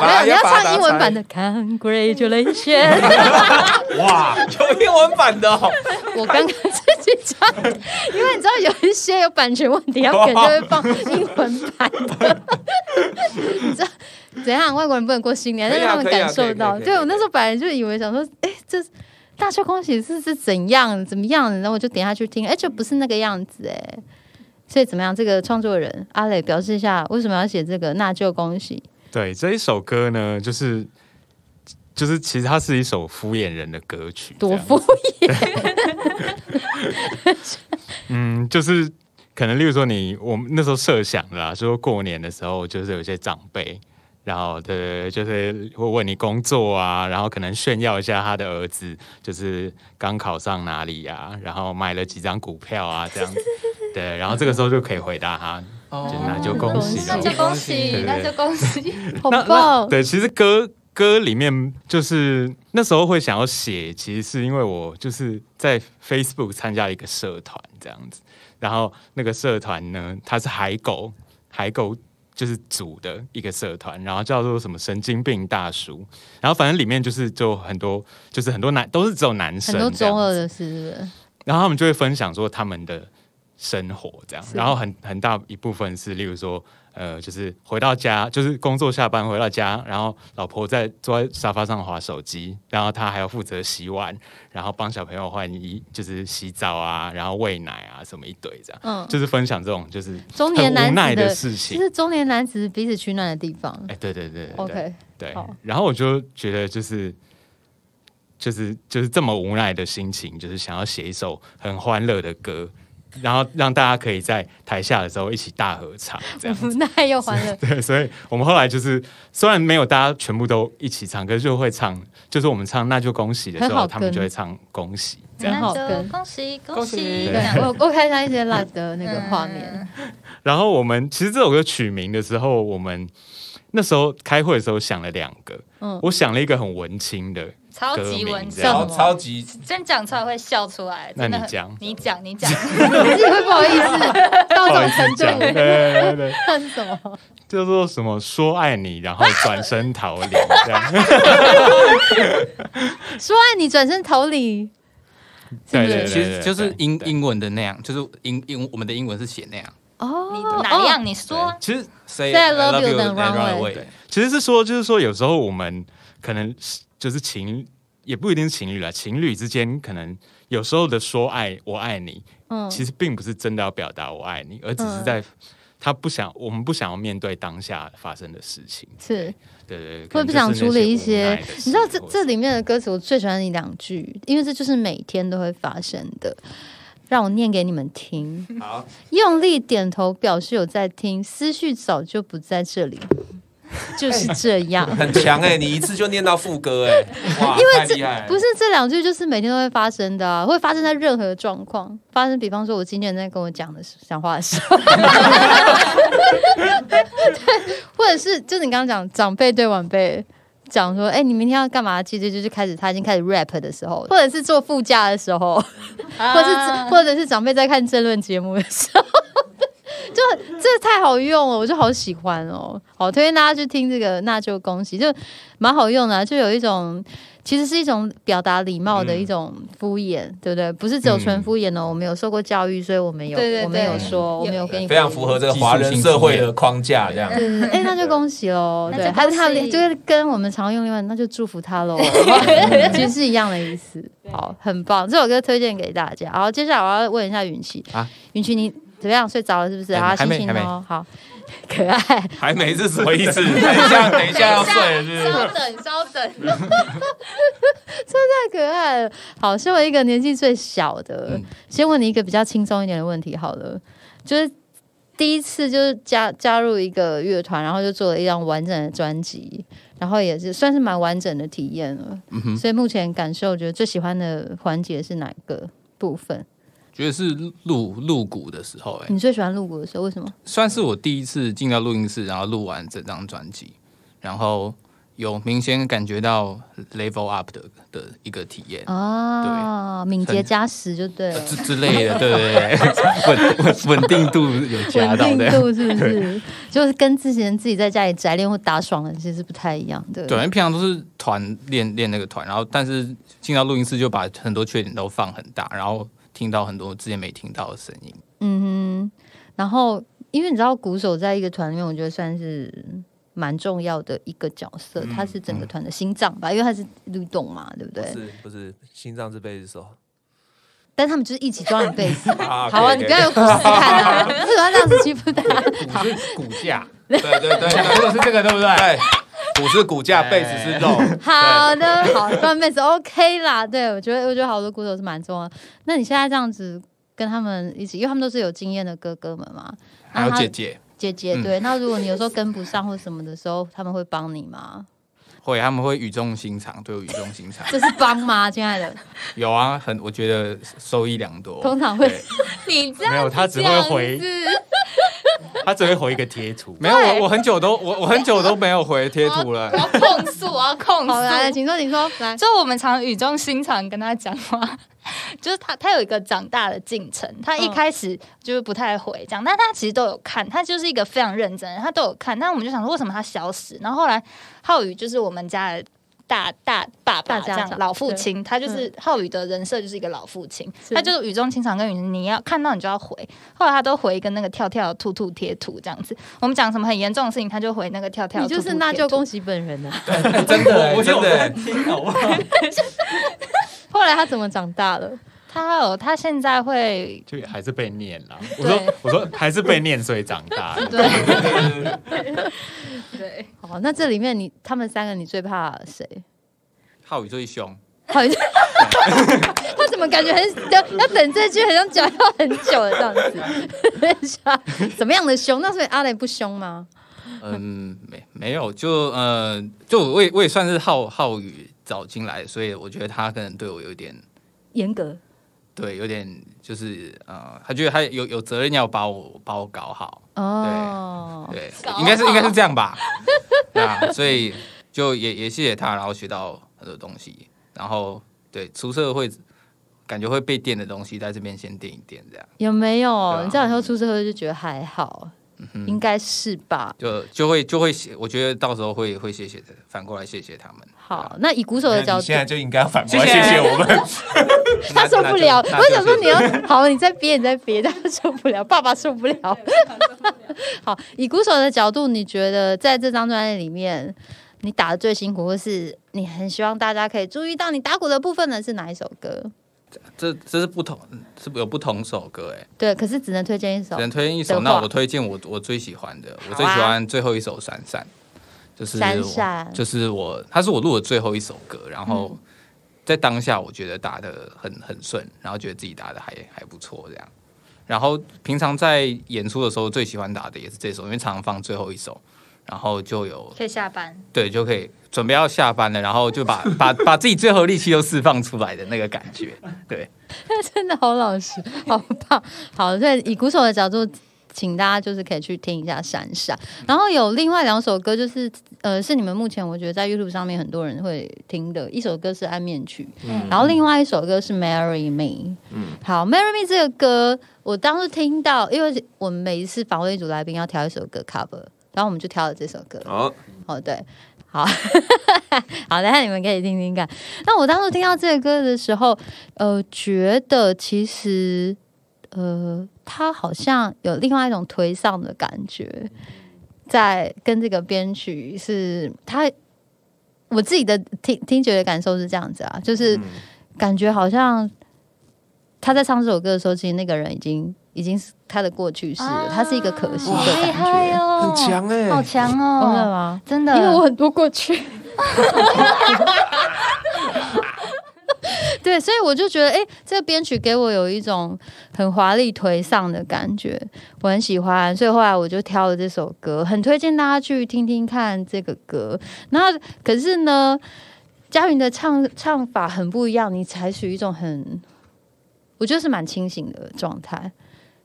没有，你要唱英文版的 Congratulations。哇， 有英文版的 哦，我刚刚自己唱，因为你知道有一些有版权问题，他们可能就会放英文版的。你知道怎样？外国人不能过新年，可但以啊让他们可以啊感受可到。以可以可以对我那时候本来就以为想说，哎，这大秀恭喜是是怎样怎么样？然后我就点下去听，哎，就不是那个样子哎。所以怎么样？这个创作人阿磊表示一下，为什么要写这个？那就恭喜。对这一首歌呢，就是就是其实它是一首敷衍人的歌曲，多这样敷衍，嗯，就是可能，例如说你，我们那时候设想的啦，说过年的时候，就是有一些长辈，然后对，就是会问你工作啊，然后可能炫耀一下他的儿子，就是刚考上哪里呀、然后买了几张股票啊，这样子，对，然后这个时候就可以回答他，哦就那就恭喜哦那了，嗯就恭对喜对，那就 恭喜。好那那棒！对，其实歌歌里面就是那时候会想要写，其实是因为我就是在 Facebook 参加一个社团这样子，然后那个社团呢，它是海狗海狗就是组的一个社团，然后叫做什么神经病大叔，然后反正里面就是就很多就是很多男都是只有男生很多这样中子二的是然后他们就会分享说他们的生活这样，是然后很很大一部分是，例如说，呃，就是回到家，就是工作下班回到家，然后老婆在坐在沙发上划手机，然后他还要负责洗碗，然后帮小朋友换衣，就是洗澡啊，然后喂奶啊，什么一堆这样，嗯就是分享这种就是中很年男无子奈的哦的事这情。是中年男子彼此取暖的地方。哎，对对对对对 OK，对好，然后我就觉得就是就是就是这么无奈的心情，就是想要写一首很欢乐的歌，然后让大家可以在台下的时候一起大合唱， 这样无奈又欢乐。对。所以我们后来就是虽然没有大家全部都一起唱，可是就会唱，就是我们唱那就恭喜的时很好候，跟他们就会唱恭喜这样。很好那就跟恭喜恭恭喜喜这对样。 我我看到一些 live 的那个画面，嗯然后我们其实这首歌取名的时候，我们那时候开会的时候想了两个，嗯我想了一个很文青的，超级歌文名字这，样超超级真讲出来会笑出来。那真的你很讲你讲，你 讲。你自己会不好意思到这不好意种思程度讲，对对对对。看什 么？叫做什么“说爱你，然后转身逃离” 这样，说爱你转身逃离，对对对，其实对就是英。对对英文的那样，就是英英我们的英文是写那样。你哦，哪哦？样？你说啊。其实 Say Say I love you, then run away 对其实是说，就是说，有时候我们可能是就是情，也不一定是情侣啦，情侣之间可能有时候的说爱我爱你，嗯其实并不是真的要表达我爱你，而只是在他不想，我们不想要面对当下发生的事情，是，对对对，我也不想处理一些，你知道这这里里面的歌词，我最喜欢的两句，因为这就是每天都会发生的。让我念给你们听。好，用力点头表示有在听，思绪早就不在这里，就是这样。很强哎、你一次就念到副歌 哎、哇，因太为厉害这了！不是这两句，就是每天都会发生的、啊，会发生在任何状况。发生，比方说我今天在跟我讲的时讲话的时候， 对，或者是就是你刚刚讲长辈对晚辈讲说，哎、你明天要干嘛？其实就是开始他已经开始 rap 的时候，或者是坐副驾的时候，或是啊或者是长辈在看争论节目的时候。就这太好用了，我就好喜欢哦，好推荐大家去听这个，那就恭喜，就蛮好用的啊、就有一种其实是一种表达礼貌嗯的一种敷衍，对不对？不是只有纯敷衍哦，我们有受过教育，所以我们有对对对我们有说，我们有跟你非常符合这个华人社会的框架，这样对。对对哎，那就恭喜喽！那就对，还有他恭喜就是跟我们常用另外，那就祝福他喽，其实是一样的意思。好，很棒，这首歌推荐给大家。好，接下来我要问一下云奇啊，云奇你怎么样？睡着了是不是？哎好，还星没星还没哦，好， 可爱。还没是什么意思？ 等一下，等一下要睡 了，是不是？等，稍 等，真的太可爱了。好，身为一个年纪最小的，先问你一个比较轻松一点的问题好了，就是第一次就是加加入一个乐团，然后就做了一张完整的专辑，然后也是算是蛮完整的体验了。所以目前感受，觉得最喜欢的环节是哪个部分？觉得是录录鼓的时候、欸哎，你最喜欢录鼓的时候，为什么？算是我第一次进到录音室，然后录完整张专辑，然后有明显感觉到 level up 的的一个体哦验。啊，敏捷加时就对了。之之类的，对对对，稳稳稳定度有加稳到定的。度 是不是？就是跟之前自己在家里宅练或打爽了，其实是不太一样的。对，因为平常都是团练练那个团，然后但是进到录音室就把很多缺点都放很大，然后听到很多之前没听到的声音。嗯哼。然后，因为你知道，鼓手在一个团里面，我觉得算是蛮重要的一个角色，嗯他是整个团的心脏吧，因为他是律动嘛，对不对？是不是心脏是贝斯手？但他们就是一起装你 贝斯。好 好啊，你不要有股市看啊！不喜欢这样子欺负大家。骨架，对对对对这个是这个 对不哎对？对，鼓是哎骨架，贝斯 是肉。好的，好，断妹子 OK 啦。对我觉得，我觉得好多鼓手是蛮重要的。那你现在这样子跟他们一起，因为他们都是有经验的哥哥们嘛，还有那他姐姐姐嗯姐，对。那如果你有时候跟不上或什么的时候，他们会帮你吗？会，他们会语重心长，对我语重心长。这是帮吗，亲爱的？ 有啊，很我觉得收益良多。通常会对你这 没有，他只会 回，子， 他只会回一个贴图。没有我，我很久都我我很久都没有回贴图了我。要控诉，我要控好来，诉。请说，请说，来。 就我们常语重心长跟他讲话， 就是他他有一个长大的进程，他一嗯开始就是不太会讲，但他其实都有看，他就是一个非常认真的人，他都有看。但我们就想说，为什么他消失？然后后来浩宇就是我们家的。大大大爸爸家这样长老父亲，他就是浩宇的人设就是一个老父亲，是他就是语重心长跟语你要看到你就要回，后来他都回一个那个跳跳兔兔贴图这样子，我们讲什么很严重的事情，他就回那个跳跳你兔兔就贴图。是那就恭喜本人啊 了。真的我欸，真的欸，听哦好不好？ 后来他怎么长大了？他有，他现在会就还是被念啦。我说我说还是被念，所以长大。对好，那这里面你他们三个，你最怕谁？浩宇最凶，好 像他怎么感觉很要要等这句，好像讲要很久的这样子。 等一下，怎么样的凶？那所以阿雷不凶吗？嗯，没没有，就呃，就我也我也算是浩浩宇找进来，所以我觉得他可能对我有点严格对，有点就是呃，他觉得他有有责任要把我把我搞好，哦。对，应该是应该是这样吧， 对啊，所以就也也谢谢他，然后学到很多东西，然后对出社会感觉会被电的东西，在这边先电一电，这样有没有对？啊你这样以后出社会就觉得还好，嗯应该是吧？就就会就会写，我觉得到时候会会谢谢的，反过来谢谢他们。好，那以鼓手的啊角你度现，在就应该反过谢来谢谢谢我们。 他受不了。那就我想说你要 好，你再憋，你再憋，他受不了，爸爸受不了。 好，以鼓手的角度，你觉得在这张专辑里面，你打的最辛苦，或是你很希望大家可以注意到你打鼓的部分的是哪一首歌？这这是不同，是有不同首歌哎，对，可是只能推荐一首只能推荐一的首。啊话那我推荐我我最喜欢的，我最喜欢最后一首《闪闪》，就是啊闪我闪嗯就是我，它是我录的最后一首歌。然后在当下，我觉得打的很很顺，然后觉得自己打的还还不错这样。然后平常在演出的时候，最喜欢打的也是这首，因为常常放最后一首，然后就有可以下班。对，就可以准备要下班了，然后就把把把自己最后力气都释放出来的那个感觉。对， 真的好老实，好棒。好，所以以鼓手的角度，请大家就是可以去听一下《闪闪》，然后有另外两首歌，就是呃，是你们目前我觉得在 YouTube 上面很多人会听的，一首歌是《安眠曲》，然后另外一首歌是《Marry Me》。嗯，好，《Marry Me》这个歌，我当时听到，因为我们每一次访问一组来宾要挑一首歌 cover，然后我们就挑了这首歌。 好，哦，对，好， 好，等一下你们可以听听看。那我当初听到这个歌的时候，呃，觉得其实，呃，它好像有另外一种颓丧的感觉，在跟这个编曲是它，我自己的听听觉的感受是这样子啊，就是感觉好像他在唱这首歌的时候，其实那个人已经已经是他的过去式了，他是一个可惜的好厉感害觉。哦，很强哎好强懂了哦，吗？真的，因为我很多过去。 对，所以我就觉得，哎、这个编曲给我有一种很华丽颓丧的感觉，我很喜欢，所以后来我就挑了这首歌，很推荐大家去听听看这个歌。然后，可是呢，佳云的唱唱法很不一样，你采取一种很，我觉得是蛮清醒的状态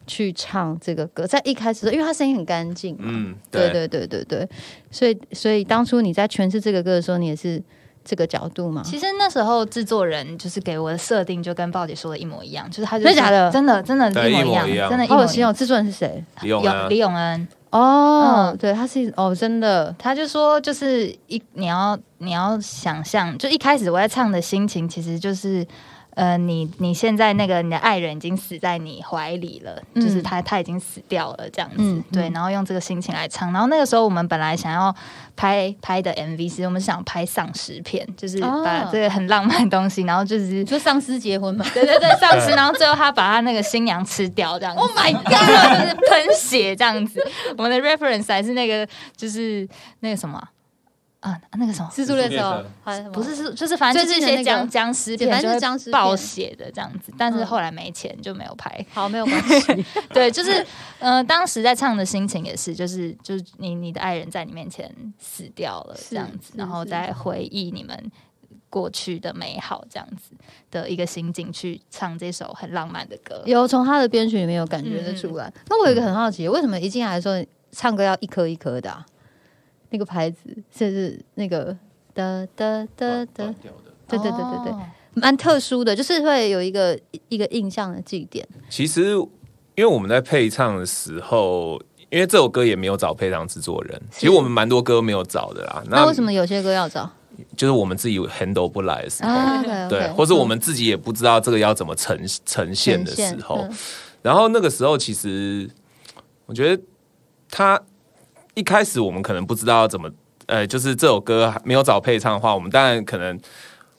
去唱这个歌，在一开始的时候，因为他声音很干净嘛，嗯，对对，对对对对，所以所以当初你在诠释这个歌的时候，你也是这个角度嘛？其实那时候制作人就是给我的设定就跟鲍姐说的一模一样，就是他就真的假的真的真的对一模一模一样，样真的一好模有一心样。哦，制作人是谁？李咏啊李，永恩，哦，嗯对，他是哦，真的，他就说就是一你要你要想象，就一开始我在唱的心情其实就是。呃，你你现在那个你的爱人已经死在你怀里了，嗯就是他他已经死掉了这样子，嗯对，然后用这个心情来唱。然后那个时候我们本来想要拍拍的 MV 是我们想拍丧尸片，就是哦把这个很浪漫的东西，然后就是你说丧尸结婚嘛？ 对对对，丧尸，然后最后他把他那个新娘吃掉，这样子。Oh my god！就是喷血这样子。我们的 reference 还是那个，就是那个什么啊，啊那个什么，蜘蛛猎猎手手还是什么不是是就是反正就是一最近的些那个僵、僵尸片，反正就是会僵尸片嗯爆血的这样子。但是后来没钱就没有拍。好，没有关系。对，就是呃，当时在唱的心情也是，就是就是你你的爱人在你面前死掉了是这样子是，然后是再回忆你们过去的美好这样子的一个心境去唱这首很浪漫的歌。 有从他的编曲里面有感觉得出来。那我有一个很好奇，为什么一进来的时候唱歌要一颗一颗的、啊？那个牌子，甚至那个哒哒哒哒，对对对对对，哦蛮特殊的，就是会有一个一个印象的祭点。其实因为我们在配唱的时候。因为这首歌也没有找配唱制作人，其实我们蛮多歌没有找的啦。那为什么有些歌要找？就是我们自己 handle 不来的嗯时候，啊，对对，或者我们自己也不知道这个要怎么呈嗯呈现嗯的时候，嗯然后那个时候其实我觉得他一开始我们可能不知道怎么，呃，就是这首歌还没有找配唱的话，我们当然可能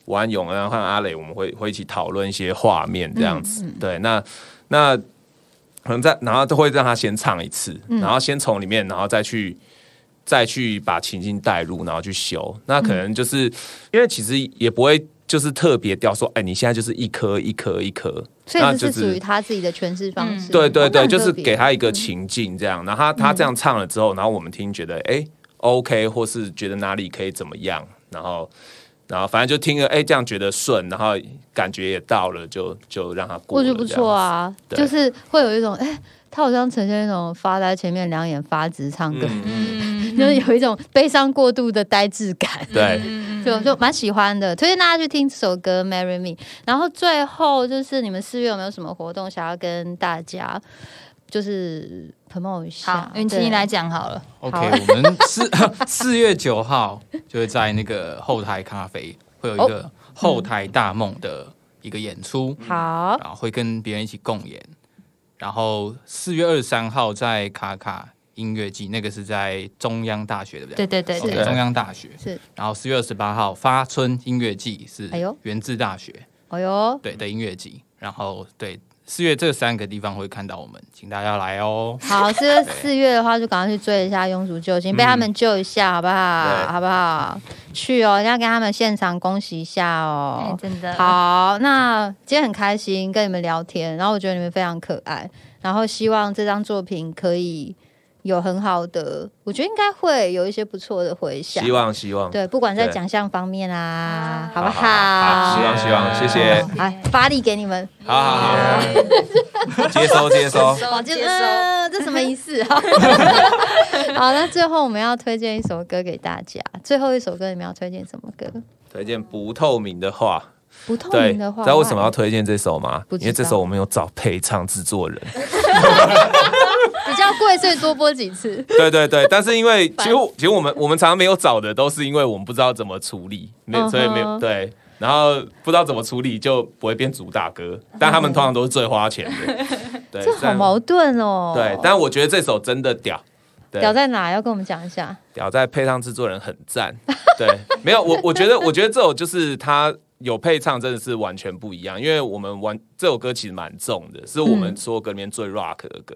我和永恩和阿磊我们会会一起讨论一些画面这样嗯子，对，那那可能在然后都会让他先唱一次，嗯然后先从里面，然后再去。再去把情境带入，然后去修，那可能就是、因为其实也不会就是特别调说，哎、你现在就是一颗一颗一颗，所那以就这是只属于他自己的诠释嗯方式。对对哦对，那很就是特别嗯给他一个情境这样，然后他他这样唱了之后，然后我们听觉得哎、OK，或是觉得哪里可以怎么样，然后然后反正就听了哎、这样觉得顺，然后感觉也到了，就就让他过我了，觉得不错啊，这就样是会有一种哎、他好像呈现一种发呆，前面两眼发直唱这歌，样子。嗯，就是有一种悲伤过度的呆滞感，对，对，我 就蛮喜欢的，推荐大家去听这首歌《Marry Me》。然后最后就是你们四月有没有什么活动想要跟大家就是 promote 一下好？，云奇对你来讲好了。 OK，我们四四月九号就会在那个后台咖啡会哦有一个后台大梦的一个演出，好，然后会跟别人一起共演。然后四月二十三号在卡卡音乐季，那个是在中央大学，对不对？对对对 OK，对，中央大学是。然后四月二十八号发春音乐季是哎呦源自大学，哦哟，对的音乐节，然后对四月这三个地方会看到我们，请大家来哦。 好，这个四月的话就赶快去追一下庸俗救星，被他们救一下，好不好？嗯对好不好？去哦，要跟他们现场恭喜一下哎、哦。真的，好，那今天很开心跟你们聊天，然后我觉得你们非常可爱，然后希望这张作品可以有很好的，我觉得应该会有一些不错的回响。希望希望，对，不管在对奖项方面啊，好好不好好希望希望，谢谢， 哎，发力给你们。好好好，接收接收，收我就呃，这什么意思 啊？好，那最后我们要推荐一首歌给大家。最后一首歌你们要推荐什么歌？推荐不透明的话，不透对，明的话，知道为什么要推荐这首吗？不知道因为这首我们有找配唱制作人。比较贵，所以多播几次。对对对，但是 因为其实我其实我们我们常常没有找的，都是因为我们不知道怎么处理，没有所以没嗯哼有对。然后不知道怎么处理，就不会变主打歌，但他们通常都是最花钱 的。对， 嗯这好矛盾哦。但对，但我觉得这首真的屌，对屌在哪？要跟我们讲一下。屌在配唱制作人很赞。对，没有我，我觉得，我觉得这首就是他有配唱，真的是完全不一样。因为我们玩这首歌其实蛮重的，是我嗯们所有歌里面最 rock 的歌。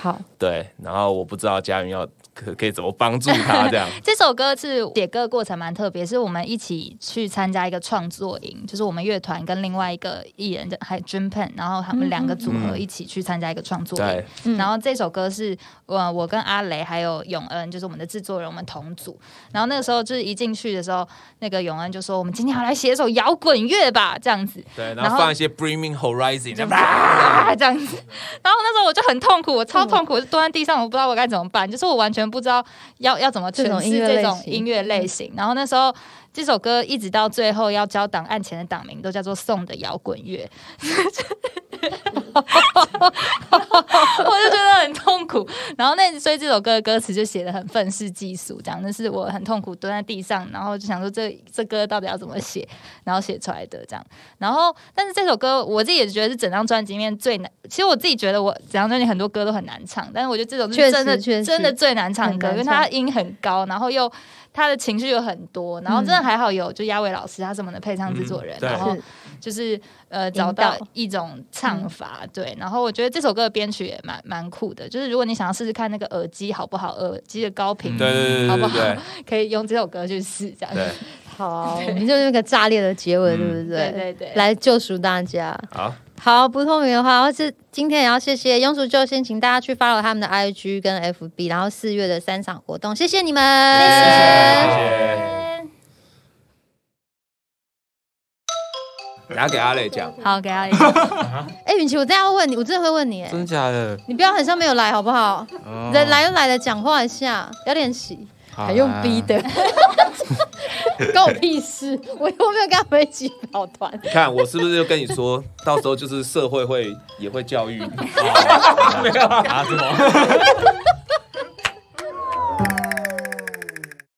好，对，然后我不知道佳云要可可以怎么帮助他这样。这首歌是写歌过程蛮特别，是我们一起去参加一个创作营，就是我们乐团跟另外一个艺人还有 Dream Pen，然后他们两个组合一起去参加一个创作营对。然后这首歌是呃我我跟阿雷还有永恩，就是我们的制作人，我们同组。然后那个时候就是一进去的时候，那个永恩就说：“我们今天要来写一首摇滚乐吧。”这样子，对，然然后后放一些 Bringing Horizon，这样啊这样子。然后那时候我就很痛苦，我超痛苦，我就蹲在地上，我不知道我该怎么办，就是我完全不知道要要怎么诠释这这种种音音乐类型。然后那时候。这首歌一直到最后要交档案前的档名都叫做“送的摇滚乐”， 我就觉得很痛苦。然后那所以这首歌的歌词就写的很愤世嫉俗，这样，那是我很痛苦蹲在地上，然后就想说这这歌到底要怎么写，然后写出来的这样。然后，但是这首歌我自己也觉得是整张专辑里面最难。其实我自己觉得我整张专辑很多歌都很难唱，但是我觉得这首确实是真的确实真的最难唱的歌，很难因为唱它音很高，然后又他的情绪又很多，然后真嗯的还好有就亚伟老师他是我们的配唱制作人，嗯对然后就是呃找到一种唱法，对。然后我觉得这首歌的编曲也蛮蛮酷的，就是如果你想要试试看那个耳机好不好，耳机的高频嗯对对对好不对好对可以用这首歌去试，这样对，好，我们就是一个炸裂的结尾，对嗯不对？对对对来救赎大家。好，好，不透明的话，或是今天也要谢谢庸俗救星，请大家去 follow 他们的 IG 跟 FB，然后四月的三场活动，谢谢你们，拿给阿磊讲， 好，给阿姨。哎、允琪，我真的要问你，我真的会问你，哎，真假的？你不要很像没有来好不好？哦人来就来了，讲话一下，要练习，好啊还用逼的， 关我屁事！我又没有跟他们一起跑团，你看我是不是就跟你说，到时候就是社会会也会教育你，啊，什么？